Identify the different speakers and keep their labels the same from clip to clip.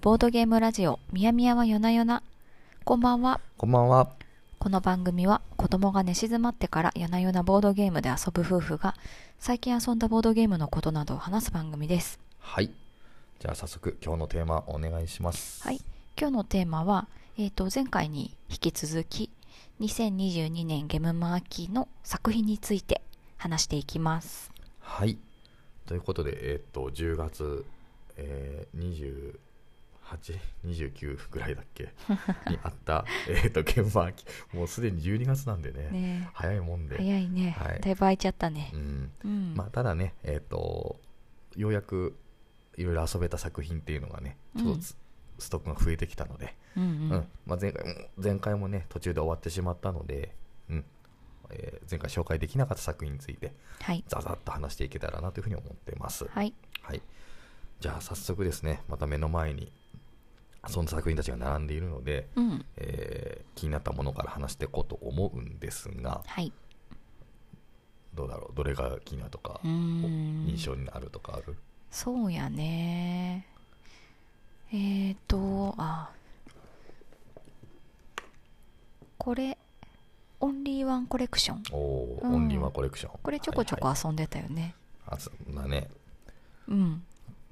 Speaker 1: ボードゲームラジオ「みやみやは夜な夜な」こんばんは
Speaker 2: こんばんは。
Speaker 1: この番組は子供が寝静まってから夜な夜なボードゲームで遊ぶ夫婦が最近遊んだボードゲームのことなどを話す番組です
Speaker 2: はい。じゃあ早速今日のテーマお願いします。
Speaker 1: はい。今日のテーマは、えー、と前回に引き続き2022年ゲームマーキーの作品について話していきます
Speaker 2: はい。ということで、えーっと、10月、えー、28、29ぐらいだっ けにあった、えーっと、現場秋、もうすでに12月なんでね、
Speaker 1: ね
Speaker 2: 早いもんで。
Speaker 1: 早いね、
Speaker 2: はい
Speaker 1: だいぶ空いちゃったね
Speaker 2: うん。
Speaker 1: うん、
Speaker 2: まあ、ただね、えーっと、ようやくいろいろ遊べた作品っていうのがね、ちょっとつストックが増えてきたので、
Speaker 1: うんうん
Speaker 2: うんまあ、前回も前回もね途中で終わってしまったので、うんえー前回紹介できなかった作品について
Speaker 1: はい
Speaker 2: ざざっと話していけたらなというふうに思ってます、
Speaker 1: はい
Speaker 2: はいじゃあ早速ですねまた目の前にその作品たちが並んでいるので、
Speaker 1: うん
Speaker 2: えー気になったものから話していこうと思うんですが
Speaker 1: はい
Speaker 2: どうだろうどれが気になるとか
Speaker 1: うーん
Speaker 2: 印象になるとかある
Speaker 1: そうやねえっ、ー、とあこれオンリーワンコレクション
Speaker 2: おおー、
Speaker 1: うん
Speaker 2: オンリーワンコレクション
Speaker 1: これちょこちょ
Speaker 2: はい
Speaker 1: こ遊んでたよね、
Speaker 2: はいあそんなね
Speaker 1: うん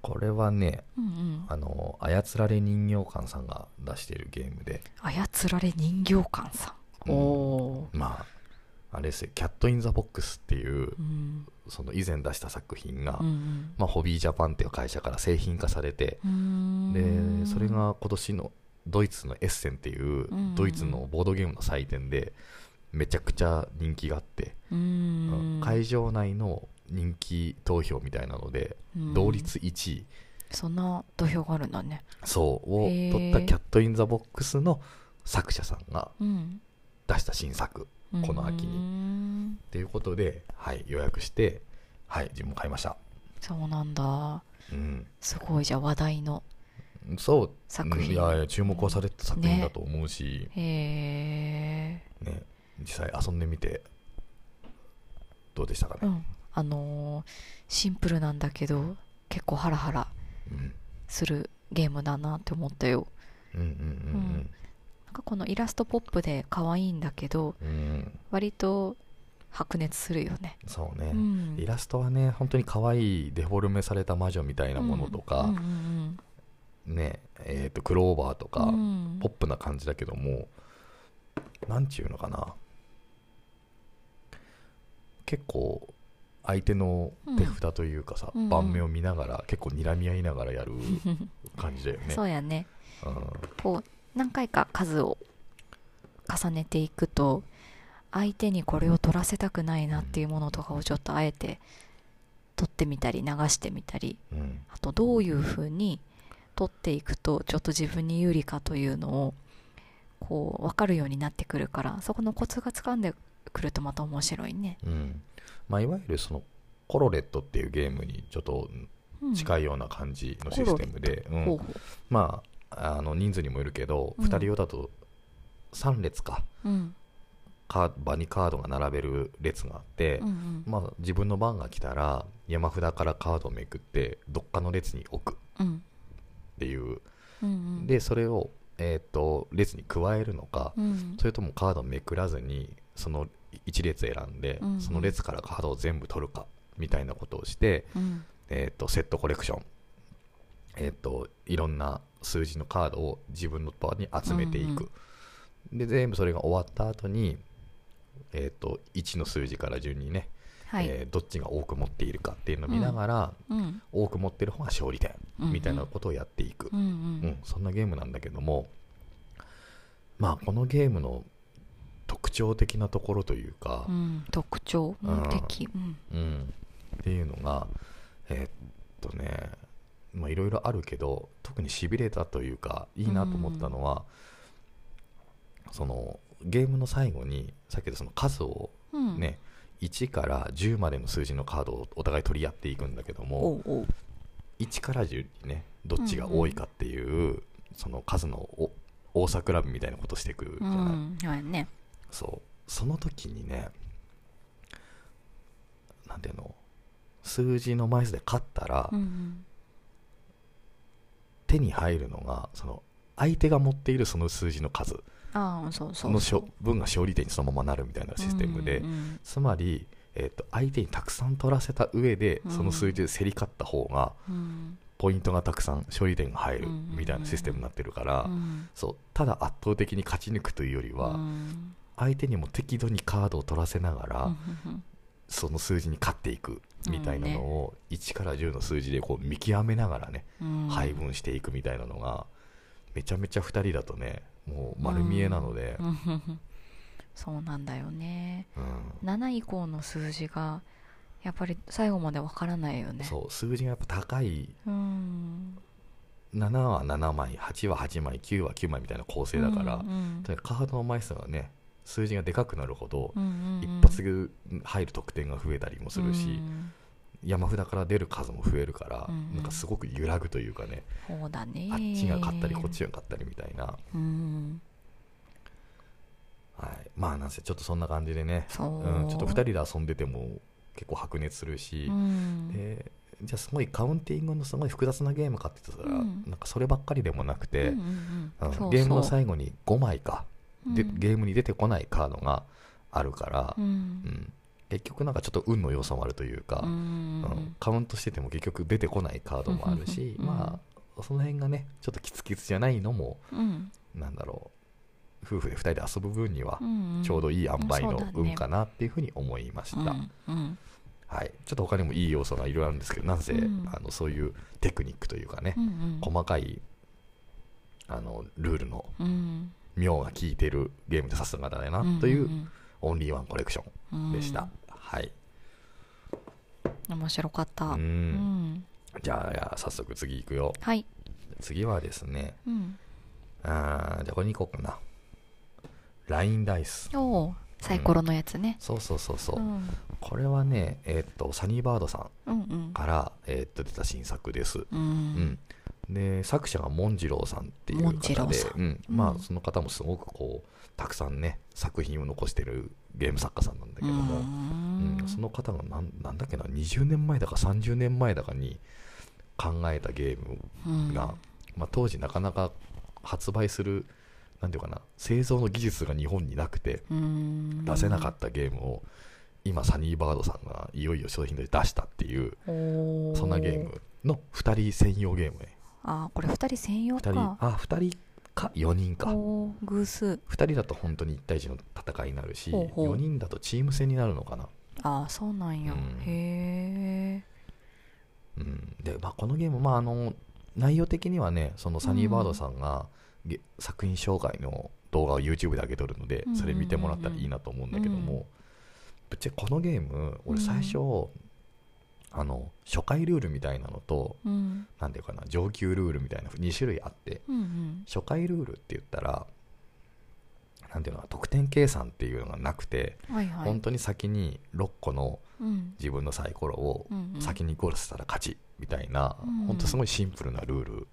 Speaker 2: これはね
Speaker 1: うんうん
Speaker 2: あの操られ人形館さんが出しているゲームで
Speaker 1: 操られ人形館さん
Speaker 2: うん
Speaker 1: おー
Speaker 2: まああれですよ「キャット・イン・ザ・ボックス」っていう
Speaker 1: うん
Speaker 2: その以前出した作品が、
Speaker 1: うんうん
Speaker 2: まあ、ホビージャパンっていう会社から製品化されて
Speaker 1: うーん
Speaker 2: でそれが今年のドイツのエッセンっていう
Speaker 1: うん
Speaker 2: ドイツのボードゲームの祭典でめちゃくちゃ人気があって、
Speaker 1: うーん
Speaker 2: 会場内の人気投票みたいなので
Speaker 1: うん
Speaker 2: 同率1位
Speaker 1: そんな土俵があるんだね
Speaker 2: そうを
Speaker 1: へー
Speaker 2: 取った「キャット・イン・ザ・ボックス」の作者さんが
Speaker 1: うん
Speaker 2: 出した新作この秋に
Speaker 1: に
Speaker 2: ということで、はい、予約して、はい、自分も買いました。
Speaker 1: そうなんだ
Speaker 2: うん、
Speaker 1: すごいじゃあ話題の
Speaker 2: そう
Speaker 1: 作品
Speaker 2: うんいやいや注目はされてた作品だと思うし、
Speaker 1: へえ
Speaker 2: ね実際遊んでみてどうでしたか
Speaker 1: う
Speaker 2: ね、
Speaker 1: ん、あのーシンプルなんだけど結構ハラハラ
Speaker 2: うん、
Speaker 1: するゲームだなって思ったよ
Speaker 2: うんうん
Speaker 1: なんかこのイラストポップで可愛いんだけど
Speaker 2: うんうん、うん、
Speaker 1: 割と白熱するよね、
Speaker 2: そうね、
Speaker 1: うん
Speaker 2: イラストはね本当に可愛いデフォルメされた魔女みたいなものと
Speaker 1: うんうん
Speaker 2: か、
Speaker 1: うん
Speaker 2: ねえー、とクローバーとか、
Speaker 1: うん
Speaker 2: ポップな感じだけどもなんちゅうのかな結構相手の手札というかさ、
Speaker 1: うん
Speaker 2: 盤面を見ながら結構睨み合いなが らやる感じだよね
Speaker 1: そうやね
Speaker 2: うん
Speaker 1: こう何回か数を重ねていくと相手にこれを取らせたくないなっていうものとかをちょっとあえて取ってみたり流してみたり
Speaker 2: うん
Speaker 1: あとどういうふうに取っていくとちょっと自分に有利かというのをこう分かるようになってくるからそこのコツがつかんでくるとまた面白いね。
Speaker 2: うんまあ、いわゆるそのコロレットっていうゲームにちょっと近
Speaker 1: い
Speaker 2: いような感じのシステムで、うん
Speaker 1: 方法、
Speaker 2: まああの人数にもよるけど、
Speaker 1: うん
Speaker 2: 2人用だと3列か
Speaker 1: うん
Speaker 2: カー場にカードが並べる列があって、
Speaker 1: うんうん
Speaker 2: まあ、自分の番が来たら山札からカードをめくってどっかの列に置くっ
Speaker 1: うん
Speaker 2: ていう、
Speaker 1: うんうん
Speaker 2: でそれを、えー、と列に加えるのか、
Speaker 1: うん
Speaker 2: それともカードをめくらずにその1列選んで、
Speaker 1: うんうん
Speaker 2: その列からカードを全部取るかみたいなことをして、
Speaker 1: うん
Speaker 2: えー、とセットコレクション、えー、といろんな数字のカードを自分の場に集めていく、で全部それが終わった後に、えー、と1の数字から順にね
Speaker 1: はい、
Speaker 2: えーどっちが多く持っているかっていうのを見ながら、
Speaker 1: うん
Speaker 2: 多く持ってる方が勝利点みたいなことをやっていく、
Speaker 1: うんうん
Speaker 2: うんそんなゲームなんだけどもまあこのゲームの特徴的なところというか、
Speaker 1: うん特徴うん
Speaker 2: うん
Speaker 1: 的うん
Speaker 2: うんっていうのがえーっとねまあいろいろあるけど特にしびれたというかいいなと思ったのは、そのゲームの最後にさっきのその数を
Speaker 1: うん
Speaker 2: ね、1から10までの数字のカードをお互い取り合っていくんだけど
Speaker 1: お
Speaker 2: も
Speaker 1: うおう
Speaker 2: 1から10にねどっちが多いかっていう、その数のお大桜部みたいなことしていく
Speaker 1: う
Speaker 2: じゃない、
Speaker 1: んはいね
Speaker 2: そうその時にねなんていうの数字の枚数で勝ったら、
Speaker 1: うん
Speaker 2: 手手に入るのがその相手が持っているその数字の数
Speaker 1: ああそうそう
Speaker 2: のしょ分が勝利点にそのままなるみたいなシステムで、
Speaker 1: うんうん
Speaker 2: つまり、えっと相手にたくさん取らせた上で
Speaker 1: うん
Speaker 2: その数字で競り勝った方が
Speaker 1: うん
Speaker 2: ポイントがたくさん勝利点が入る
Speaker 1: うん
Speaker 2: みたいなシステムになってるから、
Speaker 1: うん
Speaker 2: そうただ圧倒的に勝ち抜くというより
Speaker 1: う
Speaker 2: は
Speaker 1: ん
Speaker 2: 相手にも適度にカードを取らせなが
Speaker 1: う
Speaker 2: ら
Speaker 1: んうん
Speaker 2: その数字に勝っていくみたいなのを1から10の数字でこう見極めながらね
Speaker 1: うん
Speaker 2: 配分していくみたいなのがめちゃめちゃ2人だとねもう丸見えなので
Speaker 1: う、んうんうん そうなんだよね
Speaker 2: うん
Speaker 1: 7以降の数字がやっぱり最後までわからないよね
Speaker 2: そう数字がやっぱ高い
Speaker 1: うん
Speaker 2: 7は7枚8は8枚9は9枚みたいな構成だから、
Speaker 1: うんうん
Speaker 2: とにかくカードの枚数がね数字がでかくなるほど、
Speaker 1: うんうんうん
Speaker 2: 一発入る得点が増えたりもするし、
Speaker 1: うん
Speaker 2: 山札から出る数も増えるから、
Speaker 1: うんうん
Speaker 2: なんかすごく揺らぐというかね、
Speaker 1: そうだね
Speaker 2: あっちが勝ったりこっちが勝ったりみたいな、
Speaker 1: うん
Speaker 2: はい、まあなんせちょっとそんな感じでね、、
Speaker 1: そううん
Speaker 2: ちょっと2人で遊んでても結構白熱するし、
Speaker 1: うん
Speaker 2: でじゃあすごいカウンティングのすごい複雑なゲームかって言ったら、
Speaker 1: うん
Speaker 2: なんかそればっかりでもなくて、
Speaker 1: うんうん
Speaker 2: う
Speaker 1: うんんそう
Speaker 2: ゲームの
Speaker 1: そう
Speaker 2: 最後に5枚かで
Speaker 1: うん
Speaker 2: ゲームに出てこないカードがあるから、
Speaker 1: う
Speaker 2: うんん結局なんかちょっと運の要素もあるというか、
Speaker 1: うん
Speaker 2: うんカウントしてても結局出てこないカードもあるし、
Speaker 1: うん
Speaker 2: まあその辺がねちょっとキツキツじゃないのも
Speaker 1: うん
Speaker 2: なんだろう夫婦で2人で遊ぶ分には
Speaker 1: うんうん
Speaker 2: ちょうどいい塩梅
Speaker 1: そう
Speaker 2: の
Speaker 1: だね
Speaker 2: 運かなっていうふうに思いました、
Speaker 1: うんうん
Speaker 2: はい、ちょっと他にもいい要素がいろいろあるんですけどなんせ、
Speaker 1: うん
Speaker 2: あのそういうテクニックというかね
Speaker 1: う、んうん
Speaker 2: 細かいあのルールの
Speaker 1: うん
Speaker 2: 妙が効いてるゲームでさすがだな
Speaker 1: うん
Speaker 2: といううんオンリーワンコレクショ
Speaker 1: うん
Speaker 2: ンでした、はい、
Speaker 1: うん面白かった
Speaker 2: う、
Speaker 1: うんん
Speaker 2: じゃあじゃあ早速次いくよ
Speaker 1: はい
Speaker 2: 次はですね
Speaker 1: うん
Speaker 2: あーじゃあこれに行こうかなラインダイス
Speaker 1: おおサイコロのやつね
Speaker 2: そうそうそうそう、
Speaker 1: うん
Speaker 2: これはねえっとサニーバードさ
Speaker 1: うんうん
Speaker 2: んから、えっと出た新作です
Speaker 1: う
Speaker 2: うんんで作者がモンジローさんっていう
Speaker 1: モンジロ
Speaker 2: 方
Speaker 1: ー
Speaker 2: で
Speaker 1: さん
Speaker 2: うんま
Speaker 1: うん
Speaker 2: あ、その方もすごくこうたくさんね作品を残してるゲーム作家さんなんだけども、うん、その方がなんなんだっけな20年前だか30年前だかに考えたゲーム
Speaker 1: うん
Speaker 2: が、まあ、当時なかなか発売するなんていうかな製造の技術が日本になくて
Speaker 1: うん
Speaker 2: 出せなかったゲームを今サニーバードさんがいよいよ商品で出したっていう
Speaker 1: おー
Speaker 2: そんなゲームの2人専用ゲームね
Speaker 1: あーこれ2人専用
Speaker 2: 2人
Speaker 1: か
Speaker 2: あ2人か4人か
Speaker 1: おー偶数
Speaker 2: 2人だと本当に1対1の戦いになるし
Speaker 1: ほうほう
Speaker 2: 4人だとチーム戦になるのかな
Speaker 1: ああそうなんや、
Speaker 2: うん
Speaker 1: へえ
Speaker 2: うん、で、まあ、このゲーム、まあ、あの内容的にはねそのサニーバードさんが、げ作品紹介の動画を YouTube で上げとるので
Speaker 1: うんうんうんうん
Speaker 2: それ見てもらったらいいなと思うんだけども、
Speaker 1: うん
Speaker 2: ぶっちゃけこのゲーム俺最初、あの初回ルールみたいなのと
Speaker 1: うん
Speaker 2: 何ていうかな上級ルールみたいな2種類あって
Speaker 1: うんうん
Speaker 2: 初回ルールって言ったら何ていうのかな得点計算っていうのがなくて、
Speaker 1: はいはい
Speaker 2: 本当に先に6個の
Speaker 1: うん
Speaker 2: 自分のサイコロを
Speaker 1: うんうん
Speaker 2: 先にゴールしたら勝ちみたいな、
Speaker 1: うん
Speaker 2: ほんとすごいシンプルなルール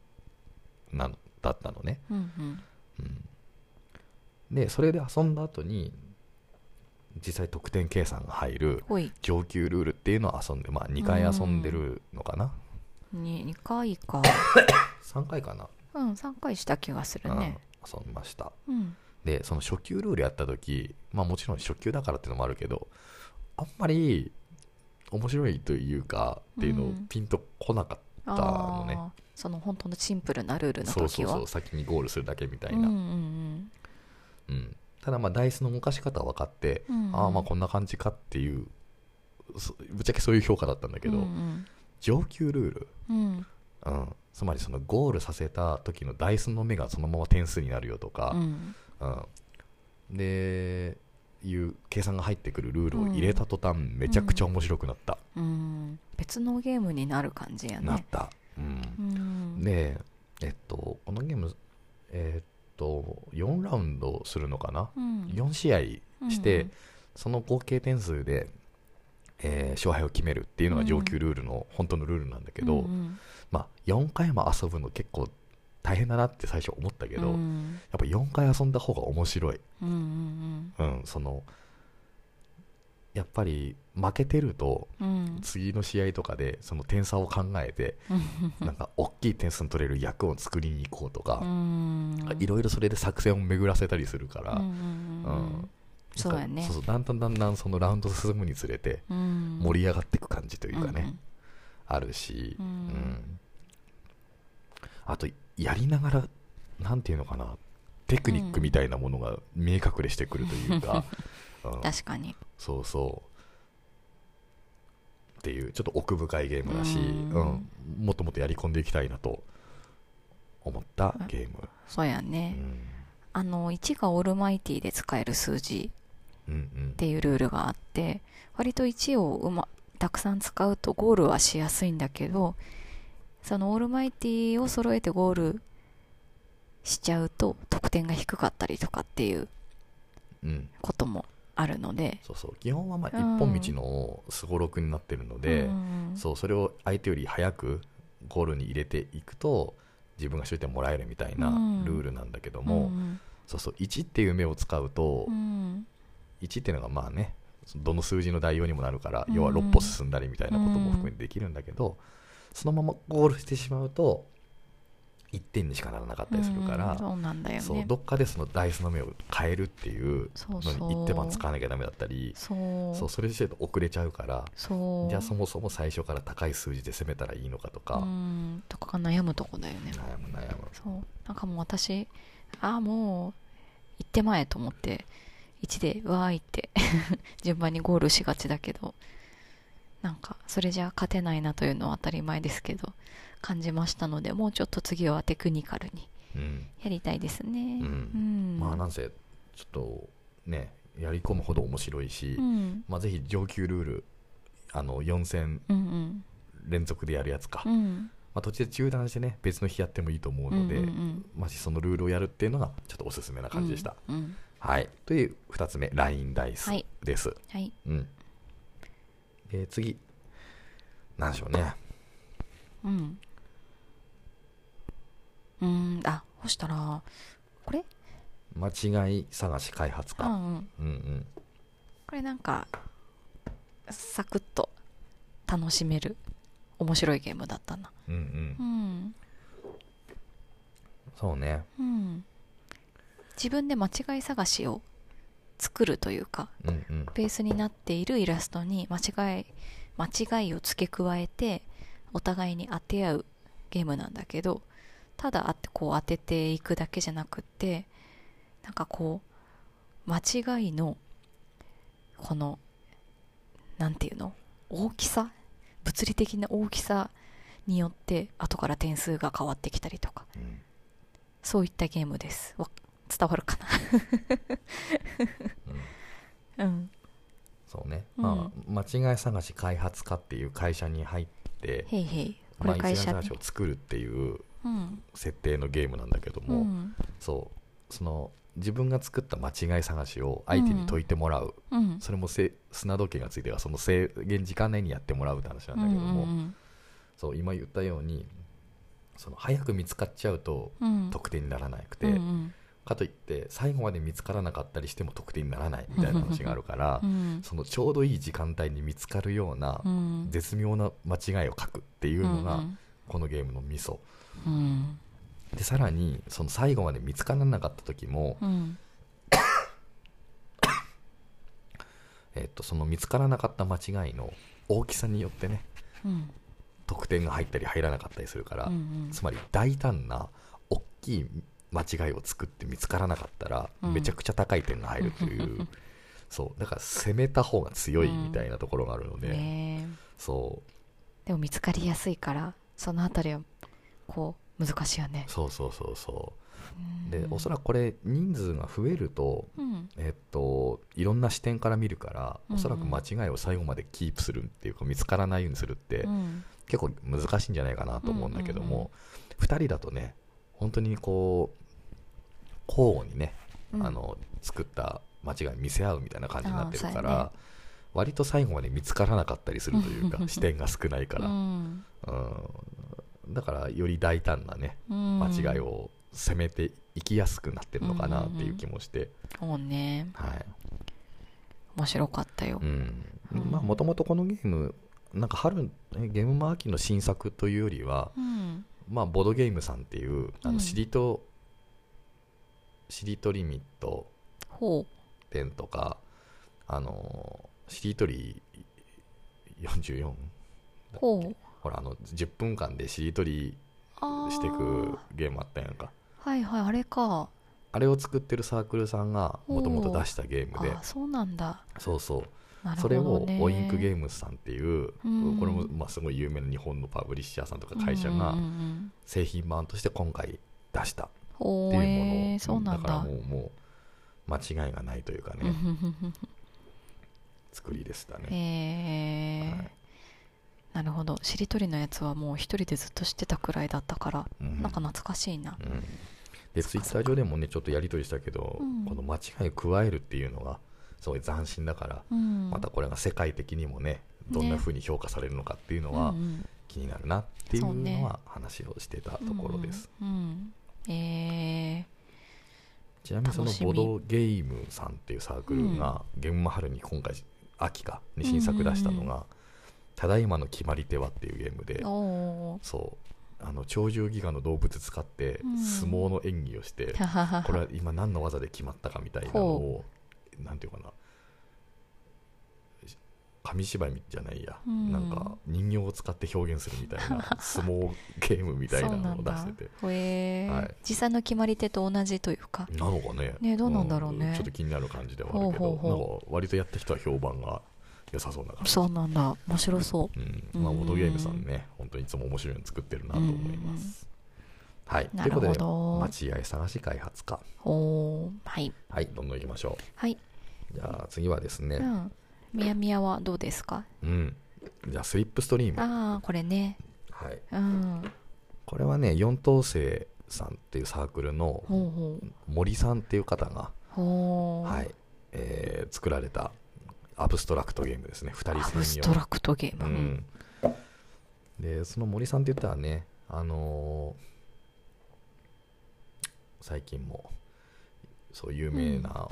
Speaker 2: なのだったのね、
Speaker 1: うんうん
Speaker 2: うんでそれで遊んだ後に実際得点計算が入る
Speaker 1: ほい
Speaker 2: 上級ルールっていうのを遊んでまあ2回遊んでるのかな、
Speaker 1: に2回 か
Speaker 2: 3回かな、
Speaker 1: うん3回した気がす
Speaker 2: う
Speaker 1: る
Speaker 2: ん、
Speaker 1: ね
Speaker 2: 遊びました
Speaker 1: うん
Speaker 2: でその初級ルールやった時まあもちろん初級だからっていうのもあるけどあんまり面白いというかっていうのを
Speaker 1: うん
Speaker 2: ピンとこなかった
Speaker 1: あ
Speaker 2: のね
Speaker 1: ーその本当のシンプルなルールの時
Speaker 2: そ
Speaker 1: は
Speaker 2: うそうそう先にゴールするだけみたい
Speaker 1: うん
Speaker 2: な、
Speaker 1: う
Speaker 2: うん
Speaker 1: ん
Speaker 2: ただまあダイスの動かし方は分かって、
Speaker 1: うんうん
Speaker 2: ああまあこんな感じかっていうそぶっちゃけそういう評価だったんだけど、
Speaker 1: うん
Speaker 2: 上級ルール、
Speaker 1: うんうん
Speaker 2: うん、つまりそのゴールさせた時のダイスの目がそのまま点数になるよと
Speaker 1: う
Speaker 2: か、
Speaker 1: ん
Speaker 2: うんでいう計算が入ってくるルールを入れた途端、めちゃくちゃ面白くなった、
Speaker 1: うん別のゲームになる感じや
Speaker 2: なっ
Speaker 1: ね
Speaker 2: た、うん
Speaker 1: うん
Speaker 2: でえっとこのゲームえっと4ラウンドするのかな、
Speaker 1: うん
Speaker 2: 4試合して、
Speaker 1: うん
Speaker 2: その合計点数で、えー勝敗を決めるっていうのが上級ルールの、本当のルールなんだけど、
Speaker 1: うん
Speaker 2: まあ、4回も遊ぶの結構大変だなって最初思ったけど、
Speaker 1: う
Speaker 2: やっ
Speaker 1: ん
Speaker 2: ぱ4回遊んだ方が面白い、
Speaker 1: うんうん
Speaker 2: うん、そのやっぱり負けてると
Speaker 1: うん
Speaker 2: 次の試合とかでその点差を考えてなんか大きい点数の取れる役を作りに行こうと
Speaker 1: う
Speaker 2: か
Speaker 1: ん
Speaker 2: いろいろそれで作戦を巡らせたりするから、
Speaker 1: うんうんうんうん
Speaker 2: うん
Speaker 1: そうやね
Speaker 2: そうそうだんだんだんだんそのラウンド進むにつれて
Speaker 1: うん
Speaker 2: 盛り上がっていく感じというかね、
Speaker 1: うん
Speaker 2: あるし、
Speaker 1: うん
Speaker 2: あとやりながらなんていうのかなテクニックみたいなものが見え隠れしてくるとい うか、うん
Speaker 1: 確かに
Speaker 2: そうそうっていうちょっと奥深いゲームだし、
Speaker 1: う
Speaker 2: うんんもっともっとやり込んでいきたいなと思ったゲーム、
Speaker 1: そうや
Speaker 2: うん
Speaker 1: ね、あの1がオールマイティで使える数字
Speaker 2: うんうん
Speaker 1: っていうルールがあって割と1をうまたくさん使うとゴールはしやすいんだけどそのオールマイティを揃えてゴールしちゃうと得点が低かったりとかっていう
Speaker 2: うん
Speaker 1: こともあるので
Speaker 2: そうそう基本はまあ
Speaker 1: う
Speaker 2: 一
Speaker 1: ん
Speaker 2: 本道のすごろくになってるので、
Speaker 1: うん
Speaker 2: そうそれを相手より早くゴールに入れていくと自分がシュートもらえるみたいな
Speaker 1: うん
Speaker 2: ルールなんだけども、
Speaker 1: うん
Speaker 2: そうそう1っていう目を使うと、
Speaker 1: うん
Speaker 2: 1っていうのがまあねどの数字の代用にもなるから、
Speaker 1: うん
Speaker 2: 要は6歩進んだりみたいなことも含めてできるんだけど、そのままゴールしてしまうと1点にしかならなかったりするから、
Speaker 1: うんそうなんだよね
Speaker 2: そうどっかでそのダイスの目を変えるっていう
Speaker 1: そうそ
Speaker 2: の
Speaker 1: う
Speaker 2: に一手番使わなきゃダメだったり
Speaker 1: そう
Speaker 2: そうそれしてると遅れちゃうから
Speaker 1: そう
Speaker 2: じゃあそもそも最初から高い数字で攻めたらいいのかとか、
Speaker 1: うんとかが悩むとこだよね
Speaker 2: 悩む悩む
Speaker 1: そうなんかもう私ああもう行って前と思って1でわーいって 順番にゴールしがちだけどなんかそれじゃ勝てないなというのは当たり前ですけど感じましたのでもうちょっと次はテクニカルに
Speaker 2: うん、
Speaker 1: やりたいですね
Speaker 2: うん
Speaker 1: うん
Speaker 2: まあなんせちょっとねやり込むほど面白いし、
Speaker 1: うん
Speaker 2: まあぜひ上級ルールあの4戦
Speaker 1: うんうん
Speaker 2: 連続でやるやつか、
Speaker 1: う
Speaker 2: ま
Speaker 1: ん
Speaker 2: あ、途中で中断してね別の日やってもいいと思うので、
Speaker 1: うんうんうん
Speaker 2: もしそのルールをやるっていうのがちょっとおすすめな感じでした、
Speaker 1: うんうん
Speaker 2: はいという2つ目ラインダイス
Speaker 1: はい
Speaker 2: です、
Speaker 1: はい
Speaker 2: うんで次なんでしょうね
Speaker 1: うんうんあそしたらこれ
Speaker 2: 間違い探し開発
Speaker 1: うんう
Speaker 2: か、
Speaker 1: ん
Speaker 2: うんうん、
Speaker 1: これなんかサクッと楽しめる面白いゲームだったな
Speaker 2: うんうん
Speaker 1: うん
Speaker 2: そうね
Speaker 1: うん自分で間違い探しを作るというか
Speaker 2: うんうん
Speaker 1: ベースになっているイラストに間違い間違いを付け加えてお互いに当て合うゲームなんだけどただあってこう当てていくだけじゃなくってなんかこう間違いのこのなんていうの大きさ物理的な大きさによって後から点数が変わってきたりとか
Speaker 2: うん
Speaker 1: そういったゲームですわ伝わるか
Speaker 2: う
Speaker 1: な
Speaker 2: ん
Speaker 1: うん
Speaker 2: そうね、
Speaker 1: うん
Speaker 2: まあ間違い探し開発課っていう会社に入って、
Speaker 1: へいへいこ
Speaker 2: まあ、
Speaker 1: れ
Speaker 2: 間
Speaker 1: 会
Speaker 2: 違い
Speaker 1: 社
Speaker 2: 探しを作るっていう
Speaker 1: うん
Speaker 2: 設定のゲームなんだけど
Speaker 1: う
Speaker 2: も、
Speaker 1: ん
Speaker 2: そうその自分が作った間違い探しを相手に解いてもらう、
Speaker 1: うん
Speaker 2: それもせ砂時計がついてはその制限時間内にやってもらうって話なんだけども、
Speaker 1: うん
Speaker 2: そう今言ったようにその早く見つかっちゃうと
Speaker 1: うんうん、
Speaker 2: 得点にならなくて、
Speaker 1: うんうん
Speaker 2: かといって最後まで見つからなかったりしても得点にならないみたいな話があるから
Speaker 1: う、ん
Speaker 2: そのちょうどいい時間帯に見つかるような
Speaker 1: うん
Speaker 2: 絶妙な間違いを書くっていうの
Speaker 1: う
Speaker 2: が
Speaker 1: ん
Speaker 2: このゲームのミソ
Speaker 1: うん
Speaker 2: でさらにその最後まで見つからなかった時も、
Speaker 1: うん
Speaker 2: えっと、その見つからなかった間違いの大きさによってね
Speaker 1: うん
Speaker 2: 得点が入ったり入らなかったりするから、
Speaker 1: うん
Speaker 2: つまり大胆な大きい間違いを作って見つからなかったら
Speaker 1: うん
Speaker 2: めちゃくちゃ高い点が入るという、 そうだから攻めた方が強いみたいなところがあるので、
Speaker 1: ねえ
Speaker 2: そう
Speaker 1: でも見つかりやすいからそのあたりはこう難しいよね
Speaker 2: そうそうそうそううんでおそらくこれ人数が増えると
Speaker 1: うん
Speaker 2: えっと、いろんな視点から見るから
Speaker 1: うん
Speaker 2: おそらく間違いを最後までキープするっていうか見つからないようにするって
Speaker 1: うん
Speaker 2: 結構難しいんじゃないかなと思うんだけど
Speaker 1: うんうんうん
Speaker 2: も、2人だとね本当にこう交互にね、
Speaker 1: うん
Speaker 2: あの作った間違い見せ合うみたいな感じになってるか
Speaker 1: あーそうやね
Speaker 2: ら、割と最後まで見つからなかったりするというか視点が少ないから、
Speaker 1: う
Speaker 2: うん
Speaker 1: ん
Speaker 2: だからより大胆なね
Speaker 1: うん
Speaker 2: 間違いを攻めていきやすくなってるのかなっていう気もして、
Speaker 1: そうね
Speaker 2: はい、
Speaker 1: 面白かったよ
Speaker 2: う。ん
Speaker 1: うん
Speaker 2: まあもともとこのゲームなんか春えゲームマーキーの新作というよりは、
Speaker 1: うん。
Speaker 2: まあ、ボードゲームさんっていうあ
Speaker 1: う
Speaker 2: の
Speaker 1: ん
Speaker 2: しりと、しりとリミット
Speaker 1: ほ
Speaker 2: 10とかあのしりとり44
Speaker 1: う。ほう。
Speaker 2: ほらあの10分間でしりとり
Speaker 1: ああ。
Speaker 2: していくゲームあったやんか
Speaker 1: はいはい、あれか。
Speaker 2: あれを作ってるサークルさんがもともと出したゲームで
Speaker 1: ああ、そうなんだ。
Speaker 2: そうそう
Speaker 1: なるほ
Speaker 2: それ
Speaker 1: ど
Speaker 2: を
Speaker 1: ね。
Speaker 2: オインクゲ
Speaker 1: ム
Speaker 2: ームズさんっていう、
Speaker 1: うん
Speaker 2: これもまあすごい有名な日本のパブリッシャーさんとか会社が
Speaker 1: うんうんうん
Speaker 2: 製品版として今回出したっ
Speaker 1: ほ
Speaker 2: ていう
Speaker 1: う
Speaker 2: もの、
Speaker 1: えーそうな
Speaker 2: だ
Speaker 1: ん
Speaker 2: から
Speaker 1: だ
Speaker 2: も。うもう間違いがないというかね、作りでしたね、
Speaker 1: えー
Speaker 2: はい
Speaker 1: なるほどしりとりのやつはもう一人でずっとしてたくらいだったから、
Speaker 2: うん
Speaker 1: なんか懐かしいな、
Speaker 2: うんでツイッター上でもねちょっとやり取りしたけど、
Speaker 1: うん
Speaker 2: この間違いを加えるっていうのがすごい斬新だから、
Speaker 1: うん、
Speaker 2: またこれが世界的にもねどんな風に評価されるのかっていうのは
Speaker 1: うんうん
Speaker 2: 気になるなっていう
Speaker 1: そうね
Speaker 2: のは話をしてたところです、
Speaker 1: うんうんうんえ
Speaker 2: ちなみにその
Speaker 1: 楽しみ
Speaker 2: ボドゲームさんっていうサークルが、ゲームマ春に今回秋かに新作出したのが「
Speaker 1: うんうん
Speaker 2: ただいまの決まり手は」っていうゲームで
Speaker 1: ー、おー
Speaker 2: そうあの鳥獣ギガの動物使って
Speaker 1: うん
Speaker 2: 相撲の演技をして、これは今何の技で決まったかみたいなのをなんていうかな紙芝居じゃないや、
Speaker 1: うん
Speaker 2: なんか人形を使って表現するみたい な相撲ゲームみたいなのを出してて
Speaker 1: そうなんだへー
Speaker 2: はい
Speaker 1: 実際の決まり手と同じというか
Speaker 2: なのかね
Speaker 1: ねどうなんだろうね
Speaker 2: ちょっと気になる感じではあるけど
Speaker 1: ほうほうほ
Speaker 2: なんか割とやった人は評判が良さそうな感じ、
Speaker 1: そうなんだ面白そう
Speaker 2: んまあ、
Speaker 1: うん
Speaker 2: ボードゲームさんね本当にいつも面白いの作ってるなと思います、はいと
Speaker 1: ないる
Speaker 2: う
Speaker 1: ほど
Speaker 2: ことで待合探し開発課
Speaker 1: うおーはい
Speaker 2: はいどんどんいきましょ
Speaker 1: はい、
Speaker 2: うじゃあ次はです
Speaker 1: う
Speaker 2: ね
Speaker 1: ん、みやみやはどうですか
Speaker 2: うん、じゃあスリップストリーム、
Speaker 1: ああこれね
Speaker 2: はい、
Speaker 1: うん
Speaker 2: これはね四等星さんっていうサークルの
Speaker 1: ほうほう
Speaker 2: 森さんっていう方が、
Speaker 1: ほう
Speaker 2: はいえー作られたアブストラクトゲームですね二人
Speaker 1: ア
Speaker 2: 専用
Speaker 1: ブストラクトゲー
Speaker 2: う
Speaker 1: ム、
Speaker 2: ん、でその森さんって言ったらねあのー最近もそう有名な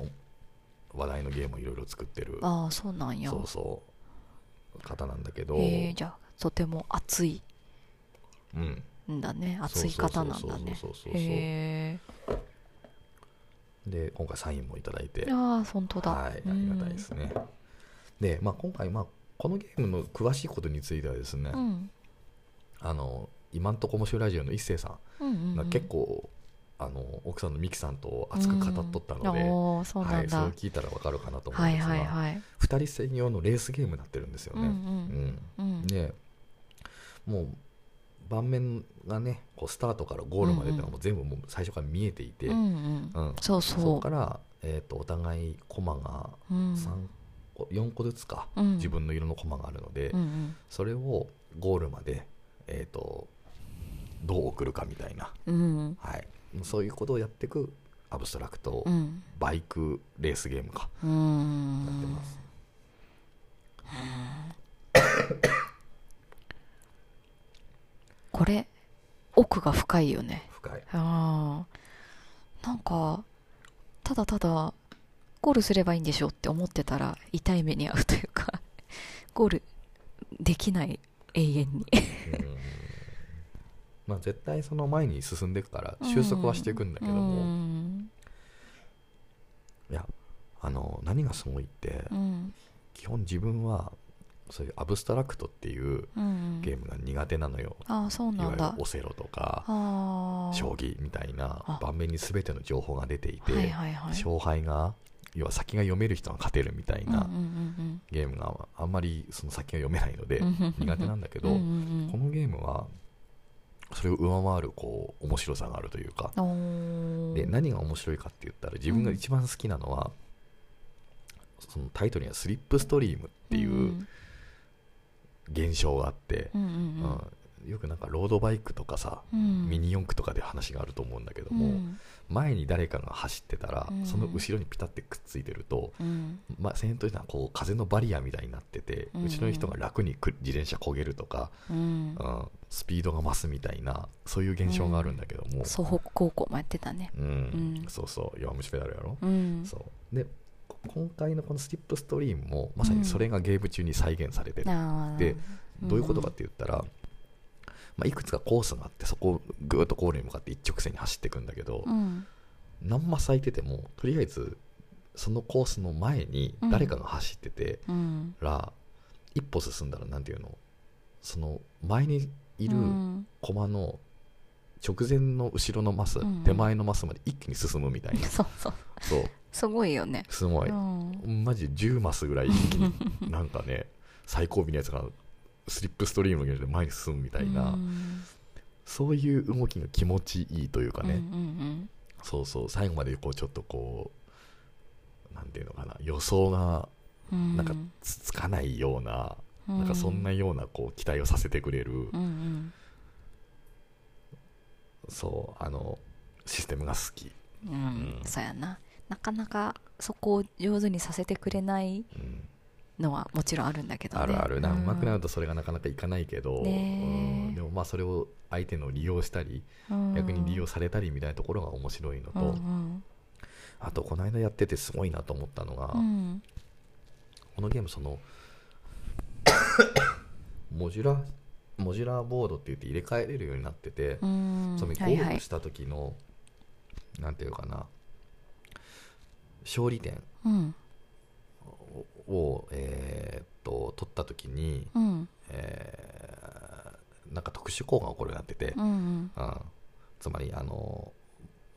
Speaker 2: 話題のゲームをいろいろ作ってる、
Speaker 1: ああそうなんや
Speaker 2: そうそう方なんだけど、
Speaker 1: えー、じゃあとても熱い
Speaker 2: うん、
Speaker 1: んだね熱い方なんだね
Speaker 2: そうそうそうそうそうそう
Speaker 1: へ
Speaker 2: で今回サインもいただいて
Speaker 1: えああ本当だ
Speaker 2: はい、ありがたいですね。で、まあ、今回、まあ、このゲームの詳しいことについてはですね、
Speaker 1: うん、うん
Speaker 2: あの今んとこ面白いラジオの一星さ
Speaker 1: うんうん
Speaker 2: んが
Speaker 1: うん
Speaker 2: 結構、あの奥さんのミキさんと熱く語っとったので、
Speaker 1: うんおーそう
Speaker 2: は、
Speaker 1: ないん
Speaker 2: そ
Speaker 1: だ、
Speaker 2: れ
Speaker 1: は
Speaker 2: を
Speaker 1: い、
Speaker 2: 聞いたらわかるかなと思うん
Speaker 1: はい
Speaker 2: ですが、
Speaker 1: は
Speaker 2: 二
Speaker 1: いはい
Speaker 2: 2人専用のレースゲームになってるんですよ
Speaker 1: うん
Speaker 2: ね。
Speaker 1: うんうん
Speaker 2: うんでもう盤面がねこうスタートからゴールまでっていうのはもう全部もう最初から見えていて、
Speaker 1: うんうん
Speaker 2: うん
Speaker 1: そう
Speaker 2: そこ
Speaker 1: そ
Speaker 2: から、えー、とお互い駒が
Speaker 1: う、うん、
Speaker 2: 三個4個ずつか、
Speaker 1: うん
Speaker 2: 自分の色のコマがあるので、
Speaker 1: うんうん
Speaker 2: それをゴールまで、えー、とどう送るかみたいな、
Speaker 1: うん
Speaker 2: はい、そういうことをやっていくアブストラクト、
Speaker 1: うん
Speaker 2: バイクレースゲームか
Speaker 1: う
Speaker 2: やって
Speaker 1: ん
Speaker 2: ます、
Speaker 1: これ奥が深いよね
Speaker 2: 深い
Speaker 1: ああなんかただただゴールすればいいんでしょうって思ってたら痛い目に遭うというかゴールできない永遠に
Speaker 2: うんまあ絶対その前に進んでいくから 収束はしていくんだけども、
Speaker 1: うん
Speaker 2: いやあの何がすごいって、
Speaker 1: うん
Speaker 2: 基本自分はそういうアブストラクトっていう
Speaker 1: うん
Speaker 2: ゲームが苦手なのよ、
Speaker 1: ああそう
Speaker 2: い
Speaker 1: な
Speaker 2: わ
Speaker 1: ん
Speaker 2: ゆる
Speaker 1: だ
Speaker 2: オセロとか
Speaker 1: ああ
Speaker 2: 将棋みたいな
Speaker 1: あ
Speaker 2: 盤面に全ての情報が出ていて、
Speaker 1: はいはいはい
Speaker 2: 勝敗が要は先が読める人が勝てるみたい
Speaker 1: うんうん
Speaker 2: なゲームがあんまりその先が読めないので
Speaker 1: うんうん
Speaker 2: 苦手なんだけど、
Speaker 1: うんうん
Speaker 2: このゲームはそれを上回るこう面白さがあるというか、
Speaker 1: うんうんおー
Speaker 2: で何が面白いかって言ったら自分が一番好きなのは、そのタイトルには「スリップストリーム」っていう現象があって
Speaker 1: う、んうんうん
Speaker 2: うんよくなんかロードバイクとかさ、
Speaker 1: うん
Speaker 2: ミニ四駆とかで話があると思うんだけども、
Speaker 1: うん
Speaker 2: 前に誰かが走ってたら、
Speaker 1: うん
Speaker 2: その後ろにピタってくっついてると、
Speaker 1: うん
Speaker 2: まあ、先頭というのはこう風のバリアみたいになってて、
Speaker 1: うん
Speaker 2: 後ろの人が楽にく自転車焦げるとか、
Speaker 1: うん
Speaker 2: うんスピードが増すみたいなそういう現象があるんだけども、
Speaker 1: 総北高校もやってたね
Speaker 2: うん
Speaker 1: うん
Speaker 2: そうそう弱虫ペダルやろ、
Speaker 1: うん
Speaker 2: そうでここ今回のこのスティップストリームもまさにそれがゲーム中に再現されてる、
Speaker 1: あー
Speaker 2: で
Speaker 1: ん
Speaker 2: どういうことかって言ったら、まあ、いくつかコースがあってそこをぐーっとゴールに向かって一直線に走っていくんだけど、
Speaker 1: うん
Speaker 2: 何マス空いててもとりあえずそのコースの前に誰かが走ってて
Speaker 1: うん
Speaker 2: ら、一歩進んだらなんていうのその前にいる
Speaker 1: うん
Speaker 2: 駒の直前の後ろのマス、
Speaker 1: うん
Speaker 2: 手前のマスまで一気に進むみたいな
Speaker 1: そうそう
Speaker 2: そう
Speaker 1: すごいよね、
Speaker 2: すごい、
Speaker 1: うん
Speaker 2: マジ10マスぐらいなんか ね最後尾のやつがスリップストリームのように前に進むみたいな、
Speaker 1: うん
Speaker 2: そういう動きが気持ちいいというかね、
Speaker 1: うんうん
Speaker 2: そうそう最後までこうちょっとこうなんていうのかな予想が
Speaker 1: うん
Speaker 2: なんかつつかないような、なんかそんなようなこう期待をさせてくれる、
Speaker 1: うんうん
Speaker 2: そうあのシステムが好き、
Speaker 1: うん、
Speaker 2: うん
Speaker 1: そうやななかなかそこを上手にさせてくれない
Speaker 2: うん、
Speaker 1: のはもちろんあるんだけどね
Speaker 2: あるあるな、うまくなる
Speaker 1: と、
Speaker 2: とそれがなかなかいかないけど、
Speaker 1: ねえ
Speaker 2: うんでもまあそれを相手の利用したり
Speaker 1: うん
Speaker 2: 逆に利用されたりみたいなところが面白いのと、
Speaker 1: うんうん
Speaker 2: あとこの間やっててすごいなと思ったのが、
Speaker 1: うん
Speaker 2: このゲーム そのモジュラモジュラーボードって言って入れ替えれるようになってて、
Speaker 1: うん
Speaker 2: つまりゴ
Speaker 1: はいは
Speaker 2: ー
Speaker 1: い
Speaker 2: ルした時の、なんていうかな勝利点
Speaker 1: うん
Speaker 2: を、えーっと取った時に、
Speaker 1: うん
Speaker 2: えーなんか特殊効果が起こるようになってて、
Speaker 1: うんうん
Speaker 2: うんつまりあの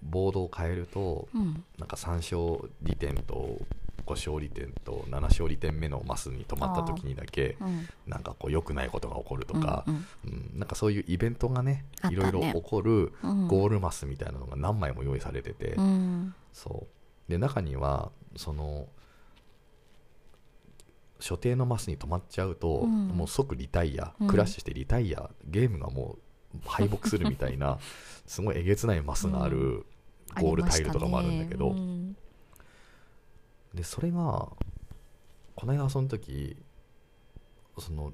Speaker 2: ボードを変えると
Speaker 1: うん
Speaker 2: なんか3勝利点と5勝利点と7勝利点目のマスに止まった時にだけ
Speaker 1: うん
Speaker 2: なんかこう良くないことが起こるとか
Speaker 1: う、ん
Speaker 2: うんなんかそういうイベントがね
Speaker 1: あった
Speaker 2: い
Speaker 1: ね
Speaker 2: ろいろ起こる
Speaker 1: うん
Speaker 2: ゴールマスみたいなのが何枚も用意されてて、
Speaker 1: うん
Speaker 2: そうで中にはその所定のマスに止まっちゃうと、
Speaker 1: うん
Speaker 2: もう即リタイア
Speaker 1: うん
Speaker 2: クラッシュしてリタイア、ゲームがもう敗北するみたいなすごいえげつないマスがあるゴールタイルとかもあるんだけど、
Speaker 1: ありましたね
Speaker 2: でそれがこの間その時その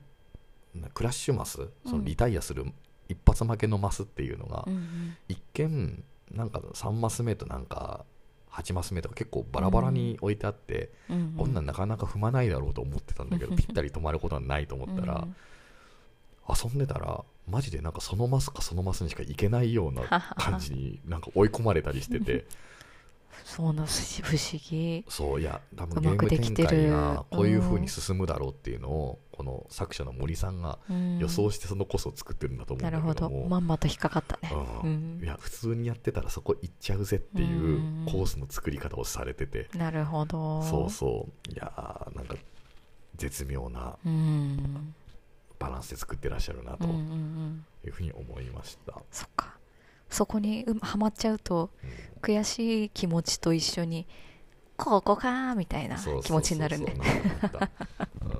Speaker 2: なクラッシュマスそのリタイアする一発負けのマスっていうのが、
Speaker 1: うんうん
Speaker 2: 一見なんか3マス目となんか8マス目とか結構バラバラに置いてあって、
Speaker 1: うんうん
Speaker 2: こんなんなかなか踏まないだろうと思ってたんだけど、
Speaker 1: うん
Speaker 2: ぴったり止まることはないと思ったら、遊んでたらマジでなんかそのマスかそのマスにしか行けないような感じになんか追い込まれたりしてて
Speaker 1: そうな不思議
Speaker 2: そういや多分
Speaker 1: う
Speaker 2: ゲ
Speaker 1: ま
Speaker 2: ー
Speaker 1: く
Speaker 2: ム
Speaker 1: でき
Speaker 2: 展
Speaker 1: てる
Speaker 2: 開がこういう風に進むだろうっていうのをこの作者の森さんが予想
Speaker 1: し
Speaker 2: してそのコースを作ってるんだと思う
Speaker 1: なん
Speaker 2: だ
Speaker 1: るほ
Speaker 2: けど
Speaker 1: ど
Speaker 2: も。
Speaker 1: まんまと引っかかったね
Speaker 2: う
Speaker 1: うんん
Speaker 2: いや普通にやってたらそこ行っちゃうぜっていううんコースの作り方をされてて、
Speaker 1: なるほど
Speaker 2: そうそういやーなんか絶妙な
Speaker 1: うん
Speaker 2: バランスで作ってらっしゃるな
Speaker 1: う
Speaker 2: と
Speaker 1: んうんうん
Speaker 2: いうふうに思いました、
Speaker 1: そっかそこにうハマっちゃうと
Speaker 2: うん
Speaker 1: 悔しい気持ちと一緒にここかーみたいな
Speaker 2: そうそうそ
Speaker 1: 気持
Speaker 2: うそう
Speaker 1: ちになるね
Speaker 2: な んか思ったうん